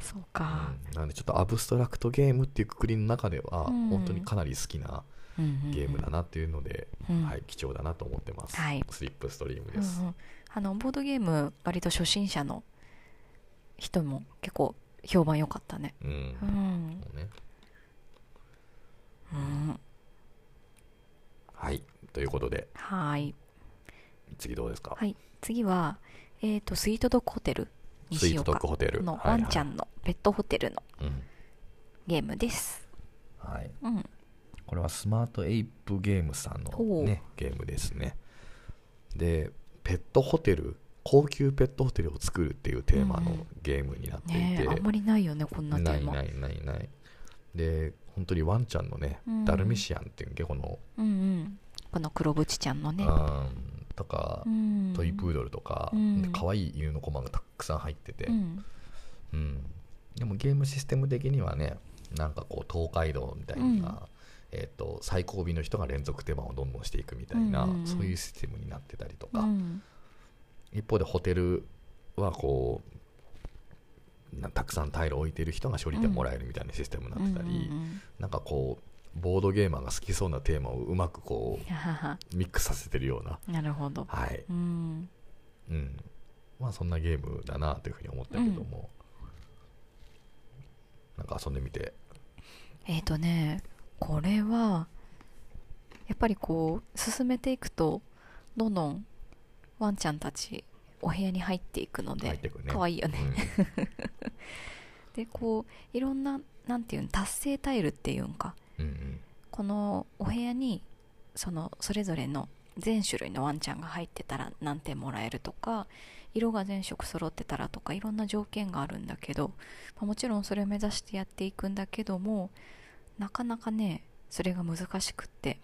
Speaker 1: そうか
Speaker 2: うんなんでちょっとアブストラクトゲームっていうくくりの中では
Speaker 1: うん
Speaker 2: 本当にかなり好きな
Speaker 1: ゲ
Speaker 2: ゲームだなっていうので、
Speaker 1: うん
Speaker 2: はい、貴重だなと思ってます、
Speaker 1: はい
Speaker 2: スリップストリームです、
Speaker 1: うんうんあのボードゲーム割と初心者の人も結構評判良かったね
Speaker 2: うん
Speaker 1: う
Speaker 2: も
Speaker 1: ん、
Speaker 2: うね
Speaker 1: うん、
Speaker 2: はいということで
Speaker 1: はい
Speaker 2: 次どうですか、
Speaker 1: はい次は、えー、とスイートドッグホテルに
Speaker 2: スイ
Speaker 1: し
Speaker 2: ー
Speaker 1: よ
Speaker 2: ト
Speaker 1: う
Speaker 2: ドッ
Speaker 1: か
Speaker 2: グホテル
Speaker 1: のワンちゃ
Speaker 2: ん、
Speaker 1: んのペットホテルの
Speaker 2: はいはいうん
Speaker 1: ゲームです、
Speaker 2: はい、
Speaker 1: うん、
Speaker 2: これはスマートエイプゲームさんの、ね、ゲームですねでペットホテル高級ペットホテルを作るっていうテーマ
Speaker 1: う
Speaker 2: の
Speaker 1: ん
Speaker 2: ゲームになっていて、
Speaker 1: ねえあんまりないよねこんなテ
Speaker 2: ない
Speaker 1: ーマ
Speaker 2: ないないないで本当にワンちゃんのね、
Speaker 1: うん
Speaker 2: ダルミシアンっていうこの、
Speaker 1: うんうんこの黒縁ちゃんの
Speaker 2: う
Speaker 1: ね
Speaker 2: んとか、
Speaker 1: うん
Speaker 2: トイプードルとか、
Speaker 1: うん
Speaker 2: で可愛い犬のコマがたくさん入ってて、
Speaker 1: うん
Speaker 2: うん、でもゲームシステム的にはねなんかこう東海道みたいな、
Speaker 1: うん
Speaker 2: えー、と最後尾の人が連続手番をどんどんしていくみたいな、
Speaker 1: うんうんうん
Speaker 2: そういうシステムになってたりと
Speaker 1: う
Speaker 2: か、
Speaker 1: ん
Speaker 2: 一方でホテルはこうなたくさんタイル置いてる人が処理点もらえるみたいなシステムになってたり、
Speaker 1: うんうんうん
Speaker 2: なんかこうボードゲーマーが好きそうなテーマをうまくこ
Speaker 1: ははは
Speaker 2: うミックスさせてるような、
Speaker 1: なるほど
Speaker 2: はい
Speaker 1: うん
Speaker 2: うん、まあそんなゲームだなというふうに思ったけども、なんか遊んでみて
Speaker 1: えーとねこれはやっぱりこう進めていくとどんどんワンちゃんたちお部屋に入っていくの
Speaker 2: 入っ
Speaker 1: で
Speaker 2: てくるね
Speaker 1: 可愛いよね、でこういろんななんていうん達成タイルっていうんか
Speaker 2: うんうん
Speaker 1: このお部屋にそのそれぞれの全種類のワンちゃんが入ってたら何点もらえるとか色が全色揃ってたらとかいろんな条件があるんだけど、まあもちろんそれを目指してやっていくんだけどもなかなかねそれが難しくって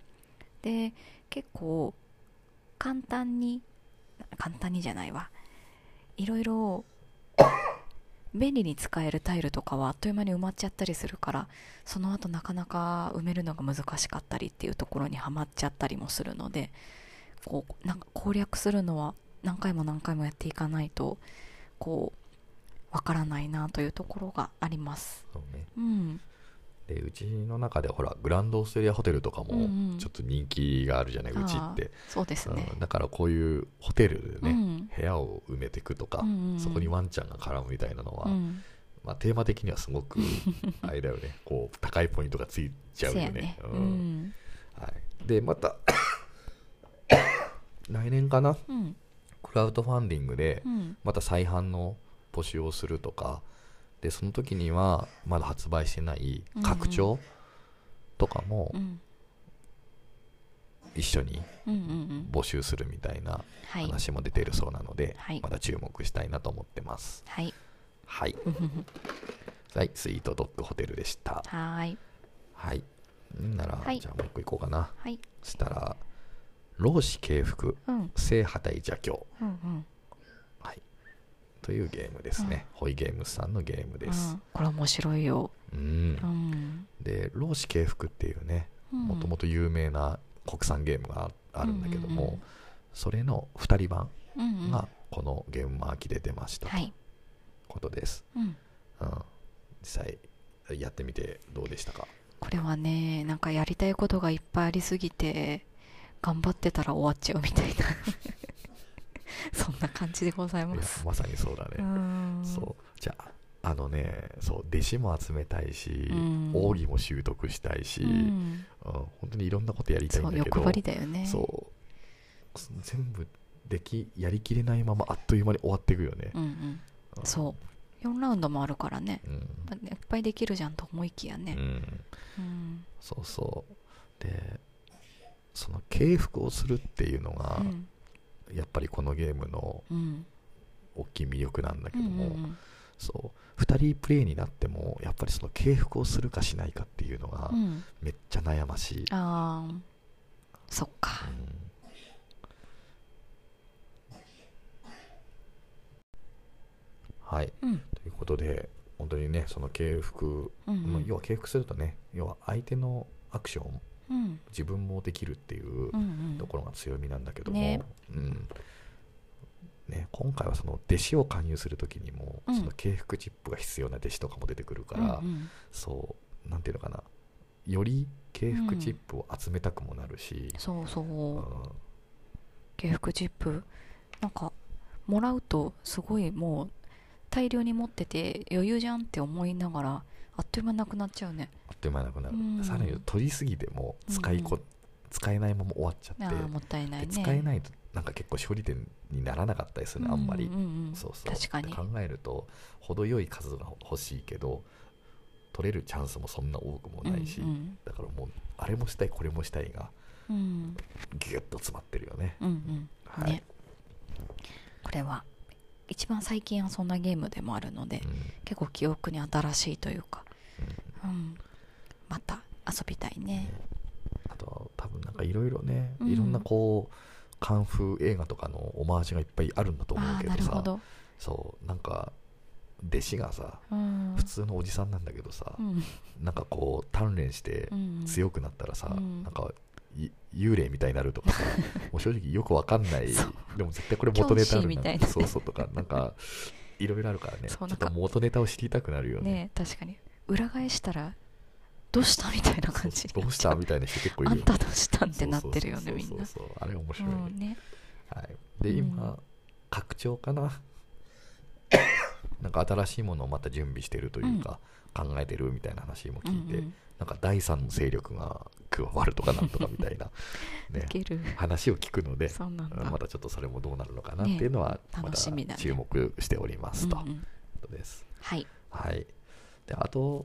Speaker 1: で結構簡単に簡単にじゃないわいろいろ 便利に使えるタイルとかはあっという間に埋まっちゃったりするからその後なかなか埋めるのが難しかったりっていうところにはまっちゃったりもするのでこうなんか攻略するのは何回も何回もやっていかないとこうわからないなというところがあります。
Speaker 2: そうね
Speaker 1: うん、
Speaker 2: でうちの中でほらグランドオーストリアホテルとか
Speaker 1: うんう
Speaker 2: も
Speaker 1: ん
Speaker 2: ちょっと人気があるじゃない、うち
Speaker 1: あー
Speaker 2: って、
Speaker 1: そうですね
Speaker 2: うん。だからこういうホテルでね、
Speaker 1: うん
Speaker 2: 部屋を埋めていくとか、
Speaker 1: うんうんうん
Speaker 2: そこにワンちゃんが絡むみたいなのは、
Speaker 1: うん、
Speaker 2: まあ、テーマ的にはす ごくあれだよねこう高いポイントがついちゃうよ
Speaker 1: せ
Speaker 2: ね
Speaker 1: やね。う
Speaker 2: うん
Speaker 1: ん、
Speaker 2: はい、で また来年かな
Speaker 1: うん、
Speaker 2: クラウドファンディングで
Speaker 1: うん、
Speaker 2: また再販の募集をするとかでその時にはまだ発売してない拡張とかも
Speaker 1: うん、
Speaker 2: 一緒に
Speaker 1: うん、うん、
Speaker 2: 募集するみたいな
Speaker 1: はい、
Speaker 2: 話も出てるそうなので、
Speaker 1: はい
Speaker 2: また注目したいなと思ってます
Speaker 1: はい、
Speaker 2: はい、はい、スイートドッグホテルでした
Speaker 1: はーい、
Speaker 2: はいんなら、
Speaker 1: はい
Speaker 2: じゃあもう一個行こうかな
Speaker 1: はい、
Speaker 2: そしたら老子敬服
Speaker 1: うん、
Speaker 2: 正破対邪教、
Speaker 1: うん、うん、
Speaker 2: はい、というゲームですね、ホイゲームズさんのゲームで
Speaker 1: う
Speaker 2: す
Speaker 1: ん、これ面白いよ。
Speaker 2: うん、
Speaker 1: うん、
Speaker 2: で老子敬服っていうねも
Speaker 1: も
Speaker 2: ともと有名な国産ゲームがああるんだけども、
Speaker 1: うんうんうん
Speaker 2: それの2人版
Speaker 1: うんうん、
Speaker 2: がこのゲームマーキで出ましたと、
Speaker 1: はいいう
Speaker 2: ことです、
Speaker 1: うん、
Speaker 2: うん、実際やってみてどうでしたか
Speaker 1: これはねなんかやりたいことがいっぱいありすぎて頑張ってたら終わっちゃうみたいな そんな感じでござい
Speaker 2: いや
Speaker 1: ます
Speaker 2: まさにそうだ
Speaker 1: う
Speaker 2: ね、
Speaker 1: ん
Speaker 2: そうじゃああのねそう弟子も集めたいし、
Speaker 1: うん
Speaker 2: 奥義も習得したいし、
Speaker 1: う
Speaker 2: うん
Speaker 1: ん
Speaker 2: 本当にいろんなことやりたいん
Speaker 1: そ
Speaker 2: だ
Speaker 1: う
Speaker 2: けど
Speaker 1: 欲張りだよね
Speaker 2: そうそ全部できやりきれないままあっという間に終わっていくよね、
Speaker 1: うんうんそう4ラウンドもあるからね
Speaker 2: うん、
Speaker 1: まあいっぱいできるじゃんと思いきや
Speaker 2: う
Speaker 1: ね
Speaker 2: ん、
Speaker 1: うん
Speaker 2: そうそうでその敬服をするっていうのが
Speaker 1: う、ん
Speaker 2: やっぱりこのゲームの
Speaker 1: うん
Speaker 2: 大きい魅力なんだけ
Speaker 1: う
Speaker 2: ど
Speaker 1: んう
Speaker 2: も、
Speaker 1: ん
Speaker 2: そう2人プレイになってもやっぱりその敬服をするかしないかっていうのが
Speaker 1: うん
Speaker 2: めっちゃ悩ましい、
Speaker 1: あーそっか
Speaker 2: うんはい
Speaker 1: うん
Speaker 2: ということで本当にねその敬服、
Speaker 1: うんう
Speaker 2: まあ
Speaker 1: ん
Speaker 2: 要は敬服するとね要は相手のアクション
Speaker 1: うん
Speaker 2: 自分もできるっていう
Speaker 1: うんうん
Speaker 2: ところが強みなんだけども、
Speaker 1: ね
Speaker 2: うんね、今回はその弟子を加入するときにも、
Speaker 1: うん
Speaker 2: その敬服チップが必要な弟子とかも出てくるから、
Speaker 1: うん
Speaker 2: そうなんていうのかなより敬服チップを集めたくもなるし、
Speaker 1: そうそう
Speaker 2: うん
Speaker 1: 敬服チップなんかもらうとすごいもう大量に持ってて余裕じゃんって思いながらあっという間なくなっちゃうね
Speaker 2: あっという間になくなる、
Speaker 1: うん
Speaker 2: さらに取りすぎても使いこ、
Speaker 1: うん
Speaker 2: 使えないまま終わっちゃ
Speaker 1: あ
Speaker 2: って
Speaker 1: あもったいない
Speaker 2: で
Speaker 1: ね
Speaker 2: 使えないいとなんか結構処理点にならなかったりするのあんまり、
Speaker 1: うんうんうん
Speaker 2: そうそう
Speaker 1: 確かに
Speaker 2: って考えると程よい数が欲しいけど取れるチャンスもそんな多くもないし、
Speaker 1: うん
Speaker 2: だからもうあれもしたいこれもしたいが
Speaker 1: うんうん
Speaker 2: ギュッと詰まってるよね、
Speaker 1: うんうん
Speaker 2: はい
Speaker 1: ねこれは一番最近遊んだゲームでもあるので
Speaker 2: うん
Speaker 1: 結構記憶に新しいというかうんまた遊びたいね
Speaker 2: あと多分なんかいろいろね、
Speaker 1: うん
Speaker 2: いろんなこうカンフー映画とかのオマージュがいっぱいあるんだと思
Speaker 1: あ
Speaker 2: う
Speaker 1: あ
Speaker 2: け
Speaker 1: な
Speaker 2: ど
Speaker 1: るほ
Speaker 2: さ
Speaker 1: ど
Speaker 2: そうなんか弟子がさ
Speaker 1: うん
Speaker 2: 普通のおじさんなんだけどさ、
Speaker 1: うん
Speaker 2: なんかこう鍛錬して
Speaker 1: うん
Speaker 2: 強くなったらさ、
Speaker 1: うん
Speaker 2: なんかい幽霊みたいになるとか さもう正直よくわかんない
Speaker 1: そう
Speaker 2: でも絶対これ元ネタあ
Speaker 1: キョンシー
Speaker 2: る
Speaker 1: みたいな
Speaker 2: そうそうとかなん かいろいろあるからねち
Speaker 1: そ
Speaker 2: ょ
Speaker 1: う
Speaker 2: っ
Speaker 1: なんか
Speaker 2: と元ネタを知りたくなるよね
Speaker 1: ね確かに裏返したらどうしたみたいな感じに
Speaker 2: ど
Speaker 1: な
Speaker 2: う
Speaker 1: っ
Speaker 2: し
Speaker 1: ちゃ
Speaker 2: た
Speaker 1: う
Speaker 2: みたいな人結構い
Speaker 1: あ
Speaker 2: る
Speaker 1: ん
Speaker 2: よ
Speaker 1: た
Speaker 2: ね
Speaker 1: どうしたんってなってるよね
Speaker 2: そう
Speaker 1: み
Speaker 2: そ
Speaker 1: ん
Speaker 2: う
Speaker 1: な
Speaker 2: そうそうあれ面白いね、
Speaker 1: もうね
Speaker 2: はい、で
Speaker 1: うん
Speaker 2: 今、拡張かななんか新しいものをまた準備してるというか、考えてるみたいな話も聞いて、
Speaker 1: うんうん
Speaker 2: なんか第三の勢力が加わるとかなんとかみたい な、ね
Speaker 1: い、ける
Speaker 2: 話を聞くので
Speaker 1: そうなんだ、
Speaker 2: またちょっとそれもどうなるのかなって
Speaker 1: ね
Speaker 2: いうのは、ま
Speaker 1: 楽
Speaker 2: た
Speaker 1: しみだね
Speaker 2: 注目しておりますと
Speaker 1: うんうん
Speaker 2: いうことです。
Speaker 1: はい
Speaker 2: はい、であと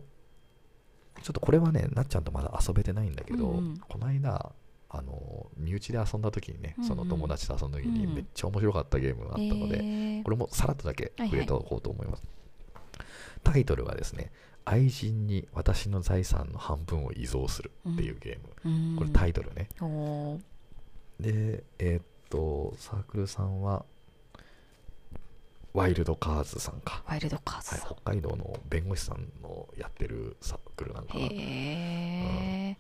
Speaker 2: ちょっとこれはねなっちゃんとまだ遊べてないんだけど、
Speaker 1: うんうん
Speaker 2: この間あの身内で遊んだ時にね、
Speaker 1: うんうん
Speaker 2: その友達と遊んだ時に
Speaker 1: うん
Speaker 2: めっちゃ面白かったゲームがあったので、
Speaker 1: えー
Speaker 2: これもさらっとだけ触れておこうと思います、タイトルがですね「愛人に私の財産の半分を遺贈する」っていうゲーム、
Speaker 1: うん
Speaker 2: これタイトルね
Speaker 1: おー
Speaker 2: でえーっとサークルさんはワイルドカーズさんか
Speaker 1: ワイルドカー
Speaker 2: はい
Speaker 1: ズ、さん、
Speaker 2: 北海道の弁護士さんのやってるサークルなんかな
Speaker 1: へえ、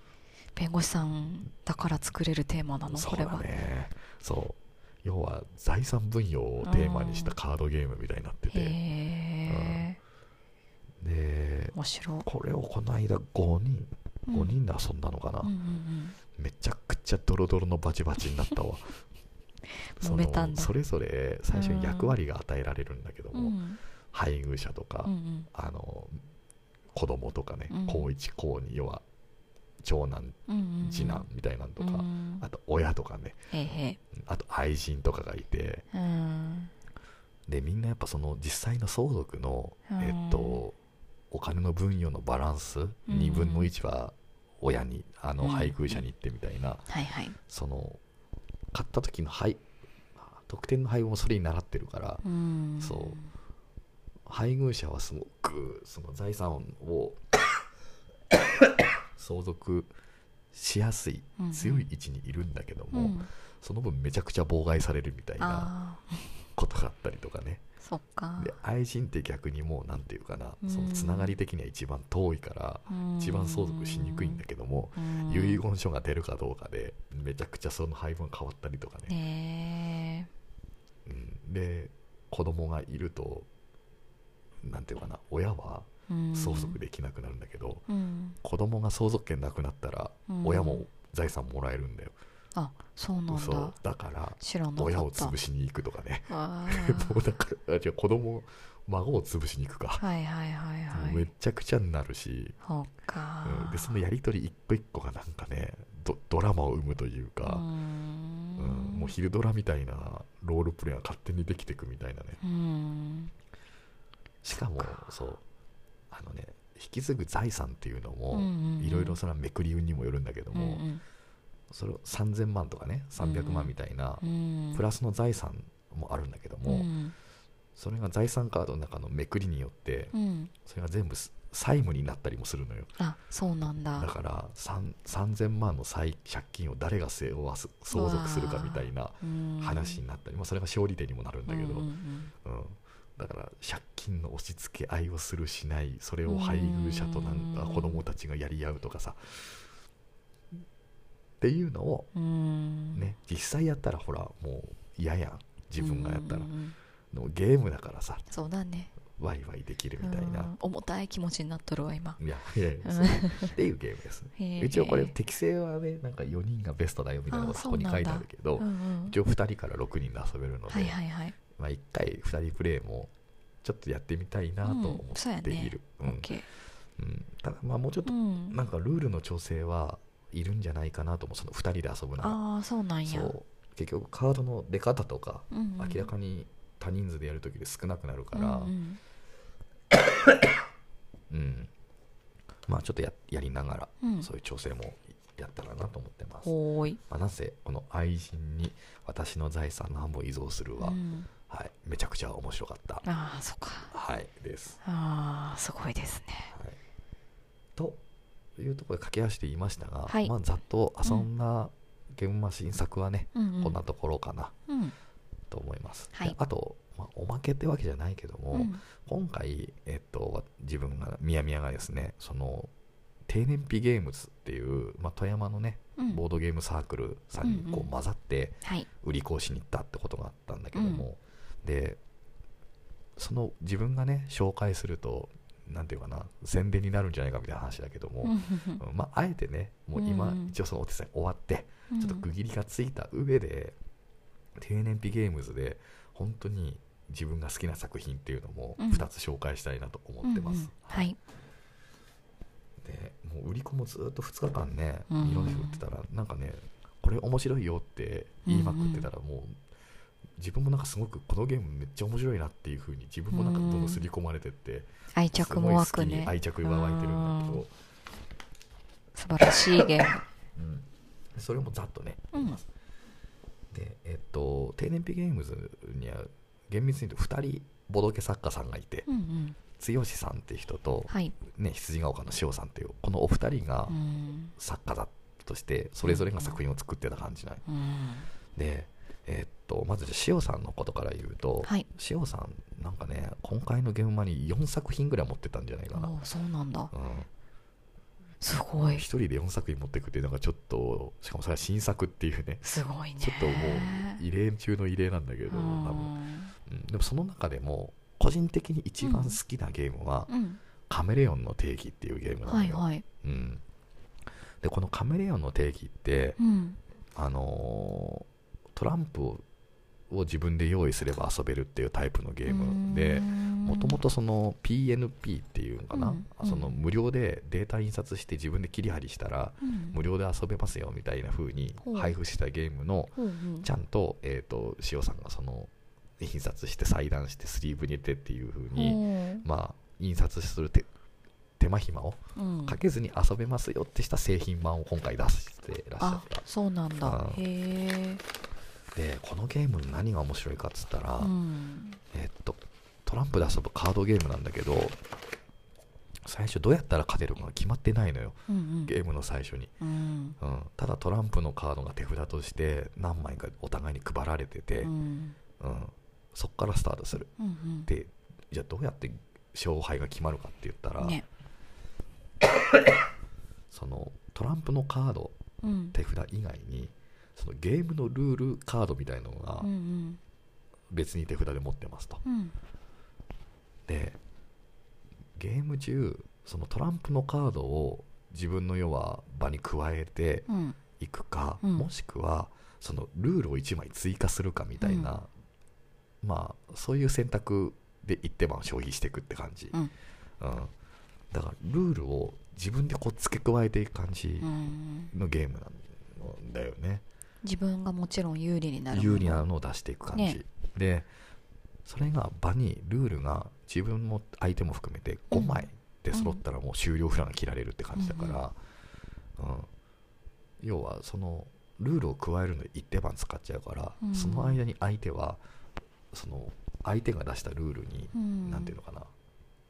Speaker 1: 弁護士さんだから作れるテーマなの
Speaker 2: そ
Speaker 1: こ
Speaker 2: う
Speaker 1: れ
Speaker 2: だ
Speaker 1: は、
Speaker 2: ねそう要は財産分与をテーマにしたカードゲームみたいになって
Speaker 1: へ
Speaker 2: て
Speaker 1: え、
Speaker 2: で
Speaker 1: 面白い
Speaker 2: これをこの間5人
Speaker 1: うん
Speaker 2: 5人で遊んだのかな、
Speaker 1: うんうんうん
Speaker 2: めちゃくちゃドロドロのバチバチにな ったわそ
Speaker 1: 揉めたん
Speaker 2: の
Speaker 1: だ
Speaker 2: それぞれ最初に役割が与えられるんだけど
Speaker 1: う
Speaker 2: も、
Speaker 1: ん
Speaker 2: 配偶者とか、
Speaker 1: うんうん
Speaker 2: あの子供とかね、
Speaker 1: うん
Speaker 2: 高一高二要は長男
Speaker 1: うんうんうん
Speaker 2: 次男みたいなんとか、
Speaker 1: うん
Speaker 2: あと親とかね
Speaker 1: へえへ
Speaker 2: あと愛人とかがいて
Speaker 1: えうん
Speaker 2: でみんなやっぱその実際の相続の、
Speaker 1: うん
Speaker 2: えっと、お金の分与のバランス、
Speaker 1: うん
Speaker 2: 2分の1は親にあ
Speaker 1: う
Speaker 2: の
Speaker 1: ん
Speaker 2: 配偶者に行ってみたいな、
Speaker 1: はいはい
Speaker 2: その買った時の配得点の配分もそれに習ってるから
Speaker 1: うん
Speaker 2: そう配偶者はすごくその財産 を相続しやすい
Speaker 1: うんうん
Speaker 2: 強い位置にいるんだけど
Speaker 1: う
Speaker 2: も、
Speaker 1: ん
Speaker 2: その分めちゃくちゃ妨害されるみたいな
Speaker 1: ああ
Speaker 2: ことがあったりとかね
Speaker 1: そっか
Speaker 2: で愛人って逆にもう何て言うかな
Speaker 1: うん
Speaker 2: そのつながり的には一番遠いから一番相続しにくいんだけども
Speaker 1: うん
Speaker 2: 遺言書が出るかどうかでめちゃくちゃその配分変わったりとかね
Speaker 1: ね
Speaker 2: うん、で子供がいるとなんていうかな親は
Speaker 1: えうん
Speaker 2: 相続できなくなるんだけど、
Speaker 1: うん
Speaker 2: 子供が相続権なくなったら
Speaker 1: うん
Speaker 2: 親も財産もらえるんだよ、
Speaker 1: あそうなん
Speaker 2: そ
Speaker 1: だ
Speaker 2: うだから
Speaker 1: 知らなかった
Speaker 2: 親を潰しに行くとかね
Speaker 1: わあ
Speaker 2: もうだからあ違う子供孫を潰しに行くか、
Speaker 1: はいはいはいはい
Speaker 2: めちゃくちゃになるし、
Speaker 1: そうか
Speaker 2: うん、でそのやり取り一個一個がなんかねドドラマを生むという
Speaker 1: うー
Speaker 2: か、うん
Speaker 1: ん
Speaker 2: もう昼ドラみたいなロールプレイが勝手にできていくみたいなね
Speaker 1: うーん
Speaker 2: しかもそうあのね引き継ぐ財産っていうの
Speaker 1: うん
Speaker 2: も
Speaker 1: うんうん
Speaker 2: いろいろそれはめくり運にもよるんだけども、
Speaker 1: うんうん
Speaker 2: それを3000万とかね300
Speaker 1: う
Speaker 2: 万
Speaker 1: ん
Speaker 2: みたいな
Speaker 1: うん
Speaker 2: プラスの財産もあるんだけども、
Speaker 1: うん
Speaker 2: それが財産カードの中のめくりによって
Speaker 1: うん
Speaker 2: それが全部す債務になったりもするのよ
Speaker 1: あそうなん
Speaker 2: だ
Speaker 1: だ
Speaker 2: から3 3000万の債借金を誰が背負わす相続するかみたいな話になったり、まあ、それが勝利点にもなるんだけど、うん、だから借金の押し付け合いをするしないそれを配偶者となんか
Speaker 1: うん
Speaker 2: 子供たちがやり合うとかさっていうのをね実際やったらほらもう嫌やん自分がやったらでもゲームだからさ
Speaker 1: そうだね
Speaker 2: ワイワイできるみたい
Speaker 1: うん
Speaker 2: な
Speaker 1: 重たい気持ちになっとるわ今
Speaker 2: いやいやいや
Speaker 1: うん
Speaker 2: そうっていうゲームです
Speaker 1: へえ
Speaker 2: 一応これ適正はねなんか4人がベストだよみたいなこと
Speaker 1: あ
Speaker 2: そこに
Speaker 1: そう
Speaker 2: 書
Speaker 1: ないん
Speaker 2: て
Speaker 1: だ
Speaker 2: あるけど
Speaker 1: うんうん
Speaker 2: 一応2人から6人で遊べるの
Speaker 1: はい
Speaker 2: で
Speaker 1: はいはい
Speaker 2: まあ、1回2人プレイもちょっとやってみたいなと思
Speaker 1: うんそうや
Speaker 2: っている、うん
Speaker 1: ね OK
Speaker 2: うんただまあもうちょっ
Speaker 1: う
Speaker 2: と
Speaker 1: ん
Speaker 2: なんかルールの調整はいるんじゃないかなと思うその2人で遊ぶなら
Speaker 1: ああそうなん
Speaker 2: そ
Speaker 1: や
Speaker 2: う結局カードの出方とか
Speaker 1: うんうん
Speaker 2: 明らかに多人数でやる時で少なくなるから、
Speaker 1: うんうん
Speaker 2: うんまあちょっとややりながら、
Speaker 1: うん
Speaker 2: そういう調整もやったらなと思ってます、
Speaker 1: ほーい
Speaker 2: まあ、なぜこの愛人に私の財産の半分を遺贈するは、
Speaker 1: うん
Speaker 2: はい、めちゃくちゃ面白かった、
Speaker 1: ああそっか
Speaker 2: はいです
Speaker 1: ああすごいですね
Speaker 2: はい、というところで駆け足で言いましたが、
Speaker 1: はい
Speaker 2: まあ、ざっと遊んだゲームマシン作はね、
Speaker 1: うんうん
Speaker 2: こんなところかな
Speaker 1: うん
Speaker 2: と思います、
Speaker 1: はい
Speaker 2: であと、まあ、おまけってわけじゃないけども、
Speaker 1: うん
Speaker 2: 今回、えっと、わ自分がみやみやがですねその定年日ゲームズっていう、まあ、富山のね
Speaker 1: うん
Speaker 2: ボードゲームサークルさんに
Speaker 1: うん
Speaker 2: こ
Speaker 1: うん
Speaker 2: う混ざって
Speaker 1: はい
Speaker 2: 売り子をしに行ったってことがあったんだけども、でその自分がね紹介するとなんていうかな宣伝になるんじゃないかみたいな話だけども、
Speaker 1: うん
Speaker 2: うんまあ、あえてねもう
Speaker 1: う
Speaker 2: 今
Speaker 1: んうん
Speaker 2: 一応そのお手伝い終わって、
Speaker 1: うん
Speaker 2: ちょっと区切りがついた上で定年日ゲームズで本当に自分が好きな作品っていうのも
Speaker 1: うん
Speaker 2: 2つ紹介したいなと思ってます、
Speaker 1: うんうんはい
Speaker 2: でもう売り子もずっと2日間ね
Speaker 1: うん
Speaker 2: いろいろ振ってたらなんかねこれ面白いよって言いまくってたらもう自分もなんかすごくこのゲームめっちゃ面白いなっていう風に自分もなんかどんどん刷り込まれてって
Speaker 1: 愛
Speaker 2: す
Speaker 1: 着
Speaker 2: ごい
Speaker 1: も
Speaker 2: 好
Speaker 1: 湧
Speaker 2: き
Speaker 1: く
Speaker 2: に
Speaker 1: ね
Speaker 2: 愛着が湧いてるんだけど、
Speaker 1: 素晴らしいゲーム
Speaker 2: うん、それもざっとね
Speaker 1: うん
Speaker 2: ますでえっと低燃費ゲームズには厳密に言うと2人ボドゲ作家さんがいて
Speaker 1: うん うん
Speaker 2: 剛さんって人と、
Speaker 1: はい
Speaker 2: ね、羊ヶ丘の塩さんっていうこのお二人が
Speaker 1: うん
Speaker 2: 作家だとしてそれぞれが作品を作ってた感じない、
Speaker 1: うん
Speaker 2: でえっとまずじゃあ塩さんのことから言うと、
Speaker 1: はい
Speaker 2: 塩さんなんかね今回の現場に4作品ぐらい持ってたんじゃないかな、うん
Speaker 1: おーそうなんだすご
Speaker 2: 1
Speaker 1: い
Speaker 2: 人で4作品持ってくってなんかちょっとしかもそれは新作っていうね
Speaker 1: すごいね
Speaker 2: ちょっともう異例中の異例なんだけど多分、うんでもその中でも個人的に一番好きなゲームは「
Speaker 1: うん
Speaker 2: カメレオンの定義」っていうゲー
Speaker 1: う
Speaker 2: ム
Speaker 1: ん
Speaker 2: なの
Speaker 1: はい
Speaker 2: よ、
Speaker 1: はい
Speaker 2: うん、でこのカメレオンの定義って、
Speaker 1: うん
Speaker 2: あのートランプをを自分で用意すれば遊べるっていうタイプのゲームでもともとその PNP っていうのかな、
Speaker 1: うんうん
Speaker 2: その無料でデータ印刷して自分で切り張りしたら無
Speaker 1: 料
Speaker 2: 料で遊べますよみたいな風に
Speaker 1: ほう
Speaker 2: 配布したゲームのちゃんと,、えー、と塩さんがその印刷して裁断してスリーブに入れてっていう風に、まあ印刷する手手間暇を
Speaker 1: うん
Speaker 2: かけずに遊べますよってした製品版を今回出してらっしゃ
Speaker 1: あ
Speaker 2: った
Speaker 1: そうなんだ
Speaker 2: うん
Speaker 1: へえ
Speaker 2: でこのゲームの何が面白いかっつったら、
Speaker 1: うん
Speaker 2: えっとトランプで遊ぶカードゲームなんだけど最初どうやったら勝てるかが決まってないのよ
Speaker 1: うんうん
Speaker 2: ゲームの最初に、
Speaker 1: うん
Speaker 2: うん、ただトランプのカードが手札として何枚かお互いに配られてて、
Speaker 1: う
Speaker 2: うん
Speaker 1: ん
Speaker 2: そっからスタートする
Speaker 1: うん
Speaker 2: でじゃあどうやって勝敗が決まるかって言った
Speaker 1: う
Speaker 2: ら、
Speaker 1: んね
Speaker 2: そのトランプのカード
Speaker 1: うん
Speaker 2: 手札以外にそのゲームのルールカードみたいのが
Speaker 1: うんうん
Speaker 2: 別に手札で持ってますと、
Speaker 1: うん
Speaker 2: でゲーム中そのトランプのカードを自分の要は場に加えて
Speaker 1: うん
Speaker 2: いくか、
Speaker 1: うん
Speaker 2: もしくはそのルールを1枚追加するかみたいな、まあそういう選択で一手間を消費していくって感じ、
Speaker 1: うん
Speaker 2: うんだからルールを自分でこう付け加えていく感じ
Speaker 1: うん
Speaker 2: のゲームなんだよね、
Speaker 1: 自分がもちろん有利になるもの
Speaker 2: 有利なのを出していく感じ、
Speaker 1: ね
Speaker 2: でそれが場にルールが自分も相手も含めて5枚で揃ったらもう終了フラグ切られるって感じだから、うん要はそのルールを加えるのに一手番使っちゃうから、
Speaker 1: うん
Speaker 2: その間に相手はその相手が出したルールに
Speaker 1: うん
Speaker 2: 何、なん、ていうのかな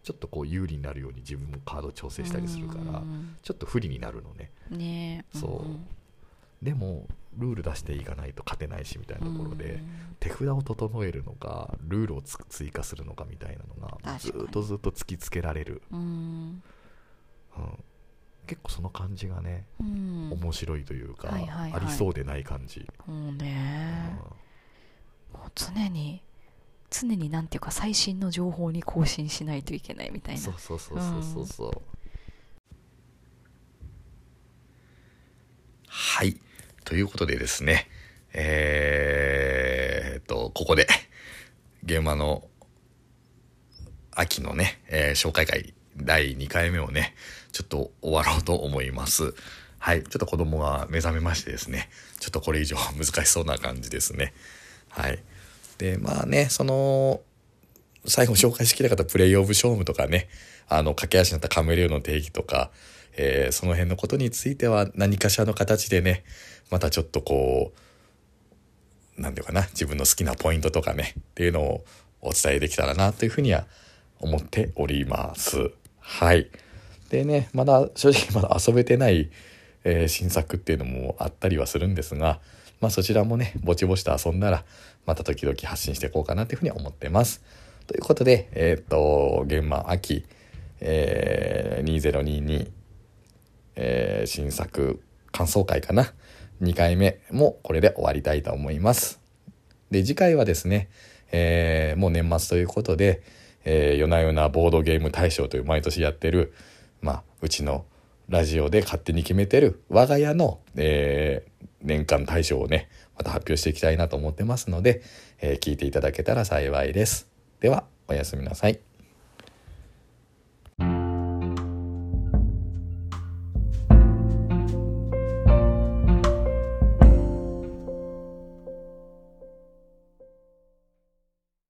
Speaker 2: ちょっとこう有利になるように自分もカード調整したりするから、
Speaker 1: うん
Speaker 2: ちょっと不利になるのね
Speaker 1: ねえ
Speaker 2: そうでもルール出していかないと勝てないしみたいなところで。
Speaker 1: うん
Speaker 2: 手札を整えるのかルールをつ追加するのかみたいなの
Speaker 1: か
Speaker 2: が
Speaker 1: に
Speaker 2: ずっとずっと突きつけられる、
Speaker 1: うん
Speaker 2: うん、結構その感じがね、
Speaker 1: うん
Speaker 2: 面白いというか、
Speaker 1: はいはいはい
Speaker 2: ありそうでない感じ、
Speaker 1: そう
Speaker 2: うん
Speaker 1: ねもう常に常になんていうか最新の情報に更新しないといけないみたいな
Speaker 2: そうそうそうそうそうそう、はいということでですねえーっとここで現場の秋のね、えー紹介会第2回目をねちょっと終わろうと思いますはいちょっと子供が目覚めましてですねちょっとこれ以上難しそうな感じですねはいでまあねその最後紹介しきれなかったプレイオブショームとかねあの駆け足になったカメレオンの定義とか、えーその辺のことについては何かしらの形でねまたちょっとこう何ていうかな自分の好きなポイントとかねっていうのをお伝えできたらなというふうには思っております。はいでねまだ 正直まだ遊べてない、えー新作っていうのもあったりはするんですが、まあ、そちらもねぼちぼちと遊んだらまた時々発信していこうかなというふうには思ってます。ということで、えーっと、現場秋、えー2022、えー新作感想会かな。2回目もこれで終わりたいと思います。で、次回はですね、えーもう年末ということで、えー夜な夜なボードゲーム大賞という毎年やってる、まあ、うちのラジオで勝手に決めてる我が家の、えー年間大賞をね、また発表していきたいなと思ってますので、えー聞いていただけたら幸いです。では、おやすみなさい。